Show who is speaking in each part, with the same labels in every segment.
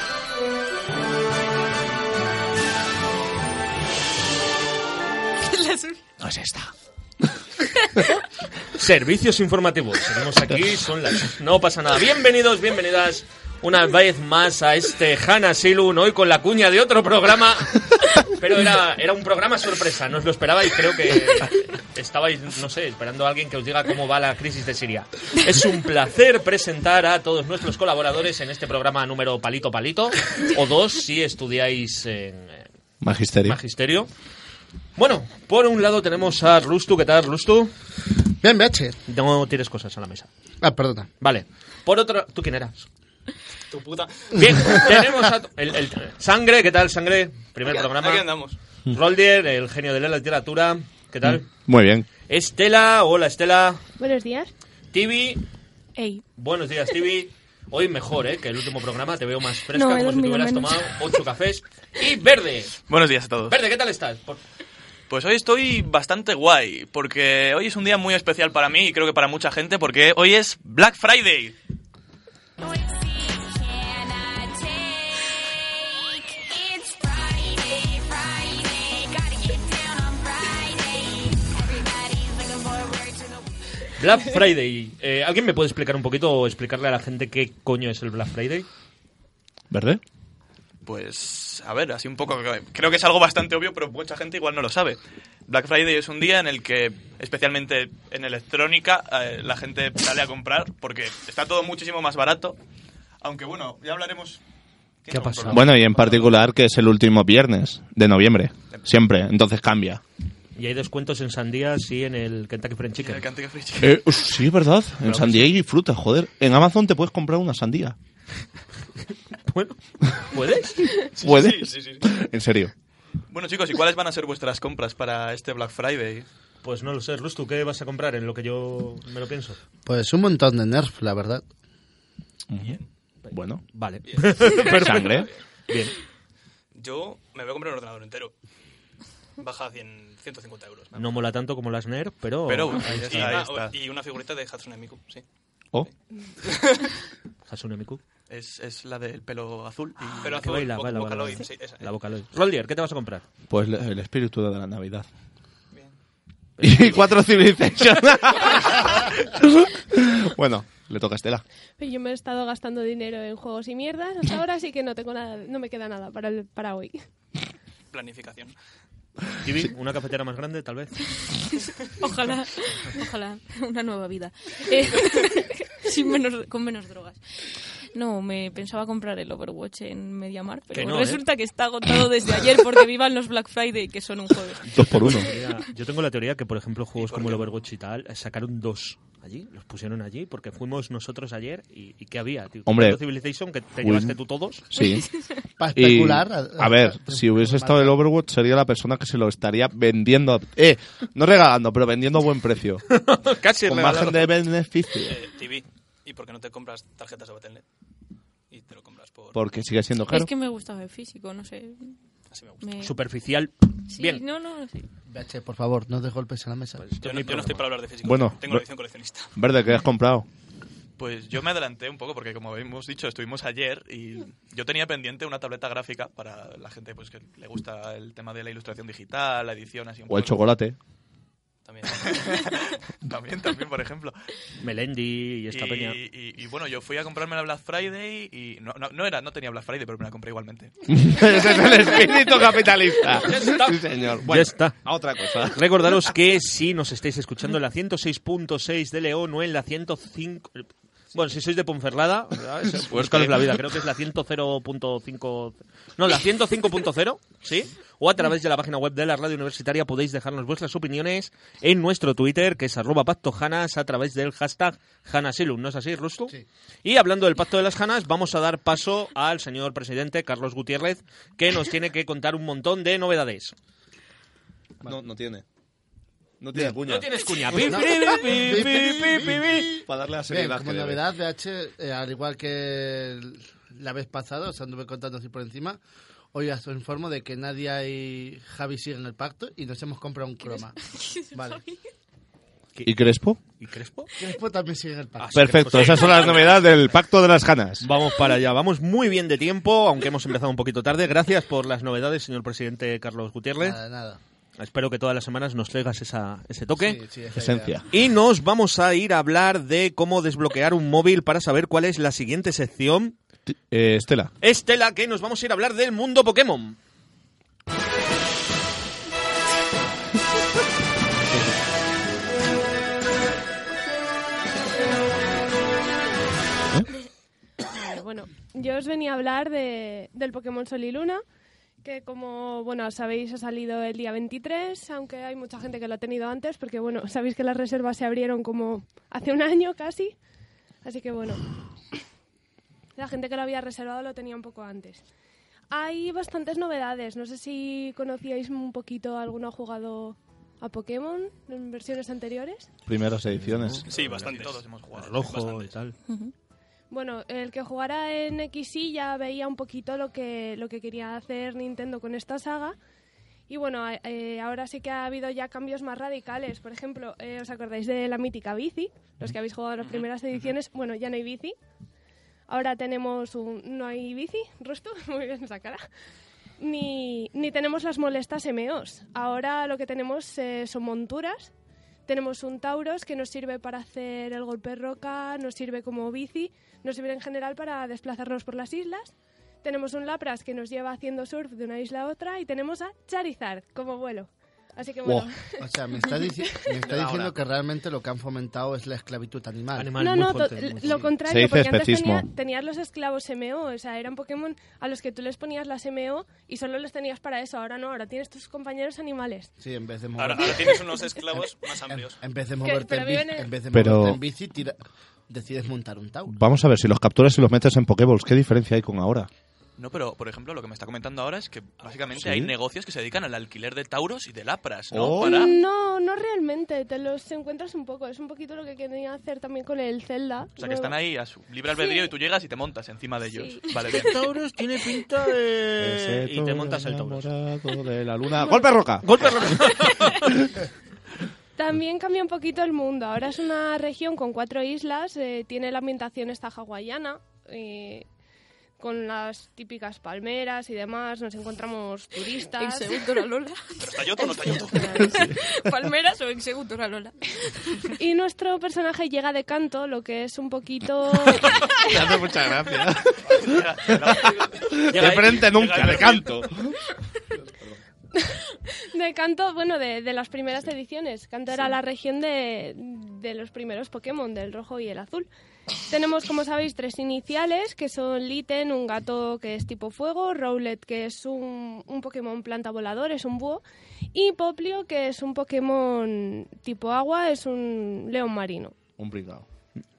Speaker 1: la suya.
Speaker 2: No es esta.
Speaker 3: Servicios informativos. Seguimos aquí, son las. No pasa nada. Bienvenidos, bienvenidas una vez más a este Hannah Silun, hoy con la cuña de otro programa. Pero era, era un programa sorpresa, no os lo esperabais. Creo que estabais, no sé, esperando a alguien que os diga cómo va la crisis de Siria. Es un placer presentar a todos nuestros colaboradores en este programa número palito palito, o dos si estudiáis en eh,
Speaker 2: Magisterio.
Speaker 3: magisterio. Bueno, por un lado tenemos a Rustu. ¿Qué tal, Rustu?
Speaker 4: Bien, BH.
Speaker 3: No tienes cosas a la mesa.
Speaker 4: Ah, perdona.
Speaker 3: Vale. Por otro... ¿Tú quién eras?
Speaker 5: Tu puta.
Speaker 3: Bien, tenemos a... El, el- Sangre, ¿qué tal, Sangre? Primer programa.
Speaker 5: Aquí andamos.
Speaker 3: Roldier, el genio de la literatura. ¿Qué tal?
Speaker 2: Muy bien.
Speaker 3: Estela, hola Estela.
Speaker 1: Buenos días.
Speaker 3: Tibi,
Speaker 1: Ey.
Speaker 3: buenos días, Tibi. Hoy mejor, ¿eh? Que el último programa te veo más fresca,
Speaker 1: No, he
Speaker 3: como si te
Speaker 1: dormido
Speaker 3: hubieras
Speaker 1: menos.
Speaker 3: tomado ocho cafés. Y Verde,
Speaker 5: Buenos días a todos.
Speaker 3: Verde, ¿qué tal estás? Por-
Speaker 5: Pues hoy estoy bastante guay, porque hoy es un día muy especial para mí y creo que para mucha gente, porque hoy es Black Friday.
Speaker 3: Black Friday. Eh, ¿Alguien me puede explicar un poquito o explicarle a la gente qué coño es el Black Friday?
Speaker 2: ¿Verde?
Speaker 5: Pues, a ver, así un poco. Creo que es algo bastante obvio, pero mucha gente igual no lo sabe. Black Friday es un día en el que, especialmente en electrónica, eh, la gente sale a comprar porque está todo muchísimo más barato. Aunque bueno, ya hablaremos.
Speaker 3: ¿Qué ha pasado?
Speaker 2: Bueno, y en particular que es el último viernes de noviembre. Siempre. Entonces cambia.
Speaker 3: Y hay descuentos en sandías y en el Kentucky Fried
Speaker 5: En el
Speaker 3: Chicken.
Speaker 5: Cantica Free Chicken.
Speaker 2: Eh, us- sí, ¿verdad? En San Diego y fruta, joder. En Amazon te puedes comprar una sandía.
Speaker 3: Bueno, ¿puedes?
Speaker 2: ¿Puedes?
Speaker 5: sí, sí, sí.
Speaker 2: En serio.
Speaker 5: Bueno, chicos, ¿y cuáles van a ser vuestras compras para este Black Friday?
Speaker 3: Pues no lo sé, Rustu, ¿qué vas a comprar en lo que yo me lo pienso?
Speaker 4: Pues un montón de nerf, la verdad.
Speaker 2: Bueno.
Speaker 3: Vale.
Speaker 2: Sangre.
Speaker 3: Bien.
Speaker 6: Yo me voy a comprar un ordenador entero. Baja a 100, 150 euros.
Speaker 3: No mola tanto como las NER, pero...
Speaker 5: Pero
Speaker 3: ahí
Speaker 5: ahí
Speaker 6: y,
Speaker 3: está.
Speaker 5: está,
Speaker 6: una,
Speaker 5: ahí está.
Speaker 6: y una figurita de Hatsune Miku, sí.
Speaker 2: Oh.
Speaker 3: Hasune Miku.
Speaker 5: Es, es la del pelo azul. y-
Speaker 6: Ah, Pero
Speaker 3: Que
Speaker 6: azul,
Speaker 3: baila,
Speaker 6: bo-
Speaker 3: baila, baila.
Speaker 6: Vocaloid, sí, esa.
Speaker 3: La Vocaloid. Roldier, ¿qué te vas a comprar?
Speaker 2: Pues le- el espíritu de la Navidad. Y cuatro civilizations. bueno, le toca a Estela.
Speaker 1: Pero Pues yo me he estado gastando dinero en juegos y mierdas hasta ahora, así que no tengo nada, no me queda nada para, el- para hoy.
Speaker 6: Planificación.
Speaker 3: Tibi, ¿Una cafetera más grande, tal vez?
Speaker 7: Ojalá, ojalá, una nueva vida. Eh, sin menos, con menos drogas. No, me pensaba comprar el Overwatch en MediaMar,
Speaker 3: Que
Speaker 7: pero
Speaker 3: no, ¿eh?
Speaker 7: resulta que está agotado desde ayer porque vivan los Black Friday, que son un jueves.
Speaker 2: Dos por uno.
Speaker 3: Mira, yo tengo la teoría que, por ejemplo, juegos como el Overwatch y tal, eh, sacaron dos allí, los pusieron allí, porque fuimos nosotros ayer y, y ¿qué había? tío?
Speaker 2: Hombre.
Speaker 3: ¿Tanto Civilization, que te
Speaker 2: Uy.
Speaker 3: llevaste tú todos.
Speaker 2: Sí.
Speaker 4: Para
Speaker 2: Y,
Speaker 4: especular.
Speaker 2: a ver, si hubiese estado el Overwatch, sería la persona que se lo estaría vendiendo. a- eh, no regalando, pero vendiendo a buen precio.
Speaker 3: Casi
Speaker 2: Con
Speaker 3: regalado.
Speaker 2: margen de beneficio.
Speaker 6: Eh, TV. ¿Y por qué no te compras tarjetas de Battle.net? Y te lo compras por...
Speaker 2: Porque sigue siendo caro.
Speaker 7: Es que me gustaba el físico, no sé.
Speaker 6: Así me gusta.
Speaker 7: me-
Speaker 3: Superficial.
Speaker 7: Sí,
Speaker 3: Bien.
Speaker 7: no, no, sí.
Speaker 4: BH, por favor, no des golpes en la mesa.
Speaker 2: Pues
Speaker 6: Yo no, yo no estoy para hablar de físico.
Speaker 2: Bueno,
Speaker 6: Tengo
Speaker 2: ve-
Speaker 6: la edición coleccionista.
Speaker 2: Verde, que has comprado?
Speaker 5: Pues yo me adelanté un poco porque, como hemos dicho, estuvimos ayer y yo tenía pendiente una tableta gráfica para la gente pues, que le gusta el tema de la ilustración digital, la edición, así un
Speaker 2: O el
Speaker 5: poco.
Speaker 2: chocolate.
Speaker 6: También.
Speaker 5: También, también, por ejemplo.
Speaker 3: Melendi y esta
Speaker 5: y,
Speaker 3: peña.
Speaker 5: y- y bueno, yo fui a comprarme la Black Friday y no, no, no era, no tenía Black Friday, pero me la compré igualmente.
Speaker 2: Ese es el espíritu capitalista. Sí, señor. Bueno,
Speaker 3: Ya está.
Speaker 2: A otra cosa.
Speaker 3: Recordaros que si nos estáis escuchando en la 106.6 de León o en la 105... Bueno, si sois de Ponferrada, ¿verdad? Es- buscaros la vida, creo que es la 100.5... No, la 105.0, ¿sí? O a través de la página web de la radio universitaria podéis dejarnos vuestras opiniones en nuestro Twitter, que es arroba pactojanas, a través del hashtag Hanasilum, ¿no es así, Rustu? Y hablando del pacto de las Janas, vamos a dar paso al señor presidente Carlos Gutiérrez, que nos tiene que contar un montón de novedades.
Speaker 2: No, no tiene. No tiene cuña.
Speaker 3: No tienes cuña. Pi, pi, pi, pi, pi, pi, pi.
Speaker 2: Para darle la
Speaker 4: Bien,
Speaker 2: seriedad
Speaker 4: como
Speaker 2: que debe.
Speaker 4: novedad, BH, eh, al igual que el- la vez pasada, os anduve contando así por encima, hoy os informo de que Nadia y Javi siguen el pacto y nos hemos comprado un croma. Vale.
Speaker 2: ¿Y Crespo?
Speaker 3: ¿Y Crespo?
Speaker 4: Después también siguen el pacto.
Speaker 2: Perfecto, esas son las novedades del Pacto de las Ganas.
Speaker 3: Vamos para allá, vamos muy bien de
Speaker 2: Ah,
Speaker 3: tiempo, aunque hemos empezado un poquito tarde. Gracias por las novedades, señor presidente Carlos Gutiérrez.
Speaker 4: Nada, nada.
Speaker 3: Espero que todas las semanas nos traigas esa, ese toque.
Speaker 4: Sí, sí, esa
Speaker 2: Esencia.
Speaker 3: Y nos vamos a ir a hablar de cómo desbloquear un móvil para saber cuál es la siguiente sección.
Speaker 2: Ti- eh, Estela.
Speaker 3: Estela, que nos vamos a ir a hablar del mundo Pokémon.
Speaker 1: Vale, bueno, yo os venía a hablar de, del Pokémon Sol y Luna, que como bueno sabéis ha salido el día 23, aunque hay mucha gente que lo ha tenido antes, porque bueno, sabéis que las reservas se abrieron como hace un año casi, así que bueno, la gente que lo había reservado lo tenía un poco antes. Hay bastantes novedades, no sé si conocíais un poquito, alguno ha jugado a Pokémon en versiones anteriores.
Speaker 2: Primeras ediciones.
Speaker 6: Sí, bastante.
Speaker 5: Todos hemos jugado.
Speaker 3: Rojo y tal.
Speaker 1: Bueno, el que jugara en XY ya veía un poquito lo que, lo que quería hacer Nintendo con esta saga. Y bueno, a- eh, ahora sí que ha habido ya cambios más radicales. Por ejemplo, eh, ¿os acordáis de la mítica bici? Los que habéis jugado las primeras ediciones. Bueno, ya no hay bici. Ahora tenemos un... No hay bici, Rosto. Muy bien esa cara. Ni, ni tenemos las molestas MEOs. Ahora lo que tenemos eh, son monturas tenemos un Tauros que nos sirve para hacer el golpe roca, nos sirve como bici, nos sirve en general para desplazarnos por las islas. Tenemos un Lapras que nos lleva haciendo surf de una isla a otra y tenemos a Charizard como vuelo. Así que bueno.
Speaker 2: Wow.
Speaker 4: O sea, me está, dici- me está diciendo que realmente lo que han fomentado es la esclavitud animal.
Speaker 3: Animal
Speaker 1: No,
Speaker 3: muy
Speaker 1: no,
Speaker 3: fuerte, muy
Speaker 1: to- lo
Speaker 3: fuerte.
Speaker 2: Se
Speaker 1: contrario,
Speaker 2: dice
Speaker 1: porque antes
Speaker 2: especismo.
Speaker 1: tenía- tenías los esclavos MO, o sea, eran Pokémon a los que tú les ponías las MO y solo los tenías para eso, ahora no, ahora tienes tus compañeros animales.
Speaker 4: Sí, en vez de
Speaker 6: Ahora,
Speaker 4: moverte,
Speaker 6: ahora tienes unos esclavos más
Speaker 4: en,
Speaker 6: amplios.
Speaker 4: en vez de
Speaker 1: Que-
Speaker 4: moverte
Speaker 1: pero
Speaker 4: en, bici,
Speaker 1: viven en-
Speaker 4: en vez de
Speaker 2: Pero-
Speaker 4: moverte en bici, tira- decides montar un Tauro.
Speaker 2: Vamos a ver, si los capturas y los metes en Pokéballs, ¿qué diferencia hay con ahora?
Speaker 5: No, pero por ejemplo, lo que me está comentando ahora es que básicamente
Speaker 2: ¿Sí?
Speaker 5: hay negocios que se dedican al alquiler de tauros y de lapras, ¿no?
Speaker 2: Oh.
Speaker 5: Para-
Speaker 1: No, no realmente, te los encuentras un poco, es un poquito lo que quería hacer también con el Zelda.
Speaker 5: O sea, que están ahí a su libre albedrío y tú llegas y te montas encima de ellos.
Speaker 7: Sí.
Speaker 5: Vale, bien.
Speaker 3: Tauros tiene pinta de... Eh, Y te montas el Tauros.
Speaker 2: de la luna. ¡Golpe roca!
Speaker 3: Golpe rojo.
Speaker 1: También cambia un poquito el mundo. Ahora es una región con cuatro islas, eh, tiene la ambientación esta hawaiana, eh, con las típicas palmeras y demás. Nos encontramos
Speaker 7: En
Speaker 1: turistas.
Speaker 7: Segundo Lola.
Speaker 5: ¿Tayoto o no Tayoto?
Speaker 7: Palmeras o en Segundo Lola.
Speaker 1: Y nuestro personaje llega de canto, lo que es un poquito.
Speaker 2: Te hace mucha gracia.
Speaker 3: Llega
Speaker 2: de
Speaker 3: ahí,
Speaker 2: frente nunca,
Speaker 6: llega ahí.
Speaker 2: de canto.
Speaker 1: de canto, bueno, de, de las primeras ediciones. Canto era la región de, de los primeros Pokémon, del rojo y el azul. Tenemos, como sabéis, tres iniciales, que son Litten, un gato que es tipo fuego, Rowlet, que es un, un Pokémon planta volador, es un búho, y Poplio, que es un Pokémon tipo agua, es un león marino.
Speaker 2: Un pringao.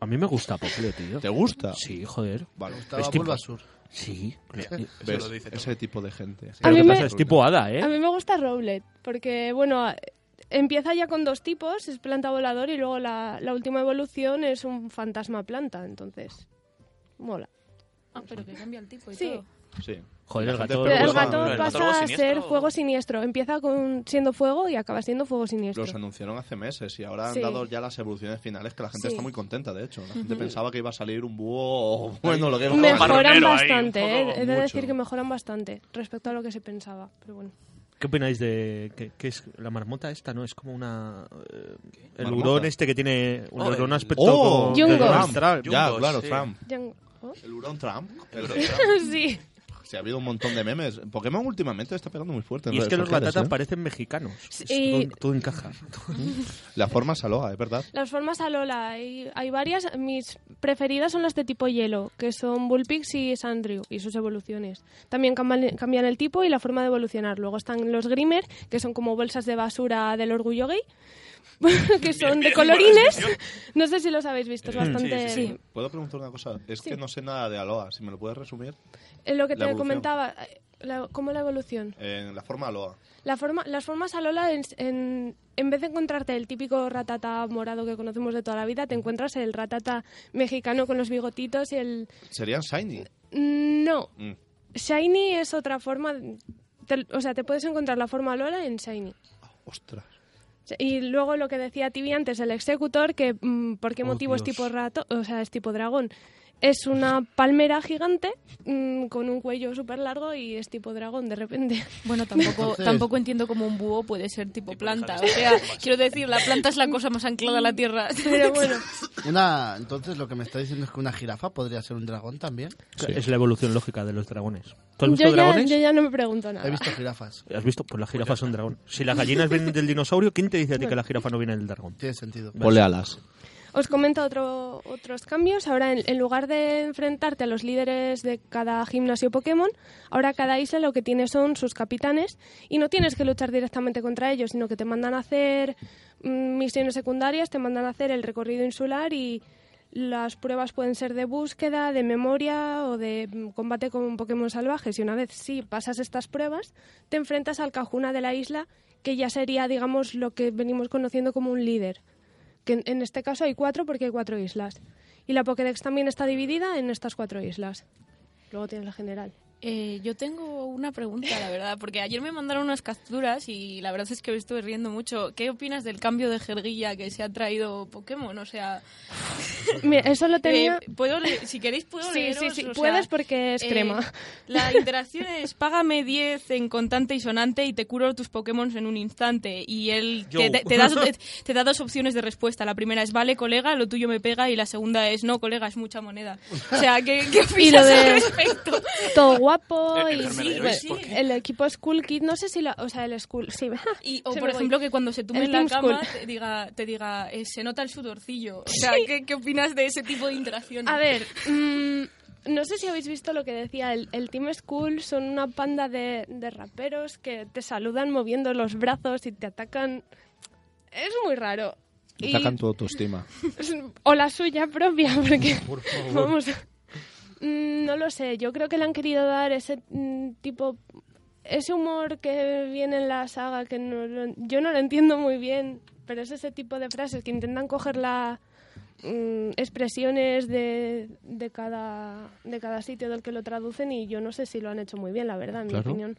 Speaker 3: A mí me gusta Poplio, tío.
Speaker 2: ¿Te gusta?
Speaker 3: Sí, joder.
Speaker 2: Vale.
Speaker 4: Estaba
Speaker 3: Es tipo-
Speaker 4: Bulbasaur.
Speaker 3: Sí.
Speaker 5: Eso
Speaker 2: ¿Ves?
Speaker 5: lo dice todo.
Speaker 2: Ese tipo de gente.
Speaker 1: A
Speaker 3: Pero
Speaker 1: mí
Speaker 3: ¿qué
Speaker 1: me-
Speaker 3: pasa? Es tipo hada, ¿eh?
Speaker 1: A mí me gusta Rowlet, porque, bueno, a- empieza ya con dos tipos, es planta volador y luego la, la última evolución es un fantasma planta, entonces, mola.
Speaker 7: Ah, pero que cambia el tipo y
Speaker 1: Sí.
Speaker 7: todo.
Speaker 2: Sí.
Speaker 3: Joder, el
Speaker 2: La gente
Speaker 3: gato...
Speaker 2: Pero
Speaker 1: Pero el
Speaker 2: bueno,
Speaker 1: gato
Speaker 5: ¿el gato
Speaker 1: pasa
Speaker 5: fuego
Speaker 1: a
Speaker 5: siniestro
Speaker 1: ser
Speaker 5: o-
Speaker 1: fuego siniestro. Empieza con siendo fuego y acaba siendo fuego siniestro.
Speaker 2: Los anunciaron hace meses y ahora han
Speaker 1: Sí.
Speaker 2: dado ya las evoluciones finales que la gente
Speaker 1: Sí.
Speaker 2: está muy contenta, de hecho. La gente pensaba que iba a salir un búho o bueno, lo que iba a salir.
Speaker 1: Mejoran
Speaker 6: marronero ahí,
Speaker 1: bastante,
Speaker 6: un poco
Speaker 1: eh. he de
Speaker 2: mucho.
Speaker 1: decir que mejoran bastante respecto a lo que se pensaba. Pero bueno.
Speaker 3: ¿Qué opináis de que, que es la marmota esta, no? Es como una... eh, el
Speaker 2: ¿Marmota?
Speaker 3: hurón este que tiene un,
Speaker 5: Oh,
Speaker 3: hurón
Speaker 5: el-
Speaker 3: aspecto
Speaker 2: ¡Oh!
Speaker 3: con-
Speaker 1: Jungos.
Speaker 3: de Donald
Speaker 2: Trump.
Speaker 3: Trump.
Speaker 2: Ya,
Speaker 5: Jungos,
Speaker 2: claro,
Speaker 5: sí.
Speaker 2: Trump.
Speaker 1: Yang- ¿oh?
Speaker 2: El hurón Trump.
Speaker 5: El hurón.
Speaker 1: sí.
Speaker 2: Sí, ha habido un montón de memes. Pokémon últimamente está pegando muy fuerte. en
Speaker 3: Y es
Speaker 2: redes
Speaker 3: que los
Speaker 2: sociales,
Speaker 3: latatas
Speaker 2: ¿eh?
Speaker 3: parecen mexicanos. Es-
Speaker 1: y-
Speaker 3: todo, todo encaja.
Speaker 2: La forma es aloha, es verdad.
Speaker 1: Las formas Alola, hay, hay varias. Mis preferidas son las de tipo hielo, que son Bullpix y Sandrew y sus evoluciones. También cambian, cambian el tipo y la forma de evolucionar. Luego están los Grimer, que son como bolsas de basura del orgullo gay, que son de colorines. No sé si los habéis visto, es bastante.
Speaker 5: Sí, sí, sí.
Speaker 2: ¿Puedo preguntar una cosa? Es
Speaker 1: Sí.
Speaker 2: que no sé nada de aloha. Si me lo puedes resumir.
Speaker 1: Eh, lo que
Speaker 2: La
Speaker 1: te
Speaker 2: evolución.
Speaker 1: comentaba, eh, la- ¿cómo la evolución?
Speaker 2: En la forma aloha.
Speaker 1: La forma, las formas Alola, en, en, en vez de encontrarte el típico ratata morado que conocemos de toda la vida, te encuentras el ratata mexicano con los bigotitos y el...
Speaker 2: Serían shiny.
Speaker 1: No,
Speaker 2: Mm.
Speaker 1: Shiny es otra forma... te- o sea, te puedes encontrar la forma Alola en Shiny.
Speaker 3: Ah,
Speaker 2: Ostras.
Speaker 1: Y luego lo que decía Tibi antes, el Executor, que mm, por qué
Speaker 3: Oh,
Speaker 1: motivo es
Speaker 3: Dios.
Speaker 1: tipo rato, o sea, es tipo dragón. Es una palmera gigante mm, con un cuello súper largo y es tipo dragón de repente.
Speaker 7: Bueno, tampoco,
Speaker 4: Entonces-
Speaker 7: tampoco entiendo cómo un búho puede ser tipo
Speaker 5: Tipo
Speaker 7: planta. O
Speaker 5: dejar de
Speaker 7: sea, quiero decir, la planta es la cosa más anclada a la tierra.
Speaker 1: Pero bueno,
Speaker 4: Una, entonces lo que me está diciendo es que una jirafa podría ser un dragón también.
Speaker 2: Sí.
Speaker 3: Es la evolución lógica de los dragones. ¿Tú has visto
Speaker 1: yo ya,
Speaker 3: dragones?
Speaker 1: yo ya no me pregunto nada.
Speaker 4: He visto jirafas.
Speaker 3: ¿Has visto? Pues las jirafas son dragón. Si las gallinas vienen del dinosaurio, ¿quién te dice a ti que la jirafa no viene del dragón?
Speaker 4: Tiene sentido.
Speaker 2: Ponle alas.
Speaker 1: Os comento otro- otros cambios. Ahora, en, en lugar de enfrentarte a los líderes de cada gimnasio Pokémon, ahora cada isla lo que tiene son sus capitanes y no tienes que luchar directamente contra ellos, sino que te mandan a hacer mm, misiones secundarias, te mandan a hacer el recorrido insular y las pruebas pueden ser de búsqueda, de memoria o de mm, combate con Pokémon salvajes. Y una vez sí pasas estas pruebas, te enfrentas al Cajuna de la isla, que ya sería, digamos, lo que venimos conociendo como un líder que en- en este caso hay cuatro porque hay cuatro islas. Y la Pokédex también está dividida en estas cuatro islas. Luego tienes la general.
Speaker 7: Eh, yo tengo una pregunta, la verdad, porque ayer me mandaron unas capturas y la verdad es que me estuve riendo mucho. ¿Qué opinas del cambio de jerguilla que se ha traído Pokémon? O sea,
Speaker 1: Mira, eso lo tenía...
Speaker 7: eh, ¿puedo le- si queréis puedo
Speaker 1: Sí,
Speaker 7: leeros,
Speaker 1: sí, sí,
Speaker 7: o sea,
Speaker 1: puedes porque es
Speaker 7: eh,
Speaker 1: crema.
Speaker 7: La interacción es págame 10 en contante y sonante y te curo tus Pokémon en un instante. Y él
Speaker 3: Yo.
Speaker 7: te, te- te da, te- te da dos opciones de respuesta. La primera es vale, colega, lo tuyo me pega. Y la segunda es no, colega, es mucha moneda. O sea, ¿qué, qué opinas
Speaker 1: lo de-
Speaker 7: al respecto?
Speaker 1: Todo guapo
Speaker 5: Eh,
Speaker 1: y
Speaker 5: enfermera,
Speaker 1: sí,
Speaker 5: ¿lo veis?
Speaker 1: bueno,
Speaker 5: ¿Por qué?
Speaker 1: el equipo School Kid, no sé si la... O sea, el School... Sí,
Speaker 7: Y, o
Speaker 1: se
Speaker 7: por
Speaker 1: me voy.
Speaker 7: ejemplo que cuando se tumbe
Speaker 1: El
Speaker 7: en la
Speaker 1: Team
Speaker 7: cama
Speaker 1: School.
Speaker 7: te diga, te diga eh, se nota el sudorcillo. O sea, ¿qué, qué opinas de ese tipo de interacción?
Speaker 1: A ver, mm, no sé si habéis visto lo que decía el, el Team School. Son una panda de, de raperos que te saludan moviendo los brazos y te atacan. Es muy raro. Y-
Speaker 2: Atacan tu autoestima.
Speaker 1: o la suya propia, porque vamos, mm, no lo sé. Yo creo que le han querido dar ese mm, tipo, ese humor que viene en la saga que no lo- yo no lo entiendo muy bien, pero es ese tipo de frases que intentan coger la mm, expresiones de, de cada de cada sitio del que lo traducen y yo no sé si lo han hecho muy bien, la verdad, en
Speaker 2: Claro.
Speaker 1: mi opinión.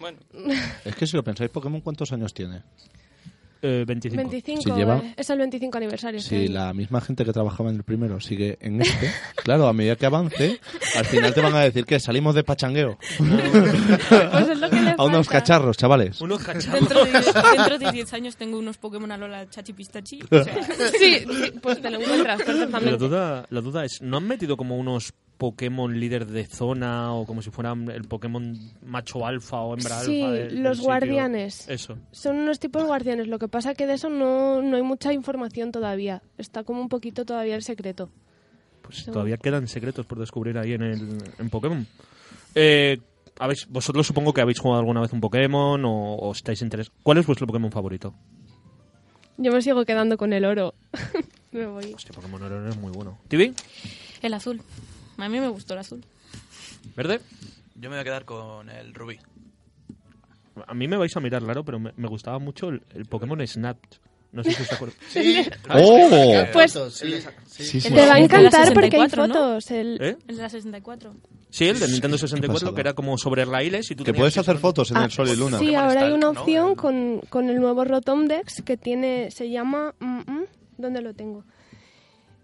Speaker 5: Bueno,
Speaker 2: Es que si lo pensáis, Pokémon, ¿cuántos años tiene?
Speaker 3: Eh, 25.
Speaker 1: 25,
Speaker 2: Si lleva-
Speaker 1: eh, es el 25 aniversario. este
Speaker 2: Si
Speaker 1: año.
Speaker 2: la misma gente que trabajaba en el primero sigue en este, claro, a medida que avance, al final te van a decir que salimos de pachangueo
Speaker 1: Pues es lo que le
Speaker 2: a unos
Speaker 1: falta.
Speaker 2: cacharros, chavales.
Speaker 3: Unos cacharros.
Speaker 7: Dentro de, dentro de 10 años tengo unos Pokémon a Lola Chachi Pistachi. O sea,
Speaker 1: Sí, sí, pues te lo encuentras
Speaker 3: La
Speaker 1: perfectamente.
Speaker 3: duda, la duda es, ¿no han metido como unos Pokémon líder de zona o como si fueran el Pokémon macho alfa o hembra
Speaker 1: Sí,
Speaker 3: alfa? del- del
Speaker 1: los
Speaker 3: sitio?
Speaker 1: guardianes.
Speaker 3: Eso.
Speaker 1: Son unos tipos guardianes, lo que pasa que de eso no, no hay mucha información todavía. Está como un poquito todavía el secreto.
Speaker 3: Pues
Speaker 1: Seguro.
Speaker 3: todavía quedan secretos por descubrir ahí en, el, en Pokémon. Eh, habéis- vosotros supongo que habéis jugado alguna vez un Pokémon o, o estáis interesados. ¿Cuál es vuestro Pokémon favorito?
Speaker 1: Yo me sigo quedando con el oro. me voy.
Speaker 3: Hostia, Este Pokémon Oro es muy bueno. ¿TV?
Speaker 7: el azul. A mí me gustó el azul.
Speaker 3: ¿Verde?
Speaker 5: yo me voy a quedar con el rubí.
Speaker 3: A mí me vais a mirar raro, pero me, me gustaba mucho el, el Pokémon Snap. No sé si os acordáis.
Speaker 4: Sí.
Speaker 2: ¡Oh!
Speaker 1: Pues-
Speaker 4: Sí, sí.
Speaker 1: Te va a
Speaker 7: sí.
Speaker 1: encantar
Speaker 7: La
Speaker 1: porque hay
Speaker 7: 64, ¿no?
Speaker 1: fotos. El...
Speaker 3: ¿Eh?
Speaker 7: El de la 64.
Speaker 3: Sí, el de Nintendo
Speaker 2: qué
Speaker 3: 64,
Speaker 2: pasada.
Speaker 3: que era como sobre raíles y tú
Speaker 2: Que
Speaker 3: tenías
Speaker 2: puedes hacer
Speaker 3: esconder-
Speaker 2: fotos en el sol y luna.
Speaker 1: Ah, Sí,
Speaker 5: Pokémon
Speaker 1: ahora hay
Speaker 5: Stalk,
Speaker 1: una
Speaker 5: ¿no?
Speaker 1: opción
Speaker 5: El-
Speaker 1: con, con el nuevo Rotomdex que tiene, se llama... mm, mm, ¿Dónde lo tengo?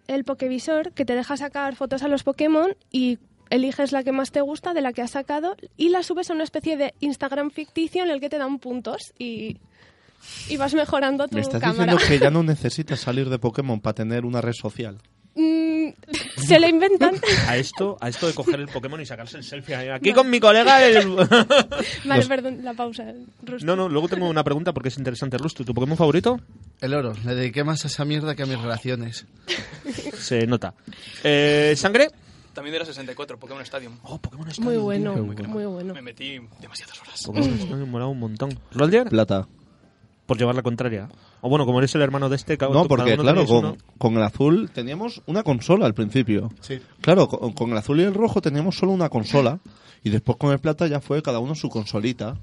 Speaker 1: El Pokevisor, que te deja sacar fotos a los Pokémon y eliges la que más te gusta, de la que has sacado, y la subes a una especie de Instagram ficticio en el que te dan puntos y, y vas mejorando tu
Speaker 2: Me estás
Speaker 1: cámara.
Speaker 2: diciendo que ya no necesitas salir de Pokémon para tener una red social.
Speaker 1: Mm, se le inventan.
Speaker 3: A esto, a esto de coger el Pokémon y sacarse el selfie. Aquí con mi colega el...
Speaker 1: Vale,
Speaker 2: Los-
Speaker 1: perdón, la pausa. Rusty.
Speaker 3: No, no, luego tengo una pregunta porque es interesante. Rustu, ¿tu Pokémon favorito?
Speaker 4: El oro. Le dediqué más a esa mierda que a mis relaciones.
Speaker 3: Se nota. Eh, ¿Sangre?
Speaker 5: También era 64, Pokémon Stadium.
Speaker 3: Oh, Pokémon Stadium.
Speaker 1: Muy
Speaker 3: tío.
Speaker 1: bueno, muy bueno.
Speaker 5: Me metí demasiadas horas.
Speaker 3: Pokémon Stadium molaba un montón. ¿Roger?
Speaker 2: Plata.
Speaker 3: Por llevar la contraria. O bueno, como eres el hermano de este... cada-
Speaker 2: No,
Speaker 3: cada
Speaker 2: porque
Speaker 3: uno
Speaker 2: claro,
Speaker 3: tenéis
Speaker 2: con,
Speaker 3: uno.
Speaker 2: con el azul teníamos una consola al principio.
Speaker 4: Sí.
Speaker 2: Claro, con, con el azul y el rojo teníamos solo una consola y después con el plata ya fue cada uno su consolita.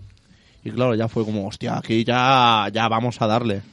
Speaker 2: Y claro, ya fue como, hostia, aquí ya, ya vamos a darle.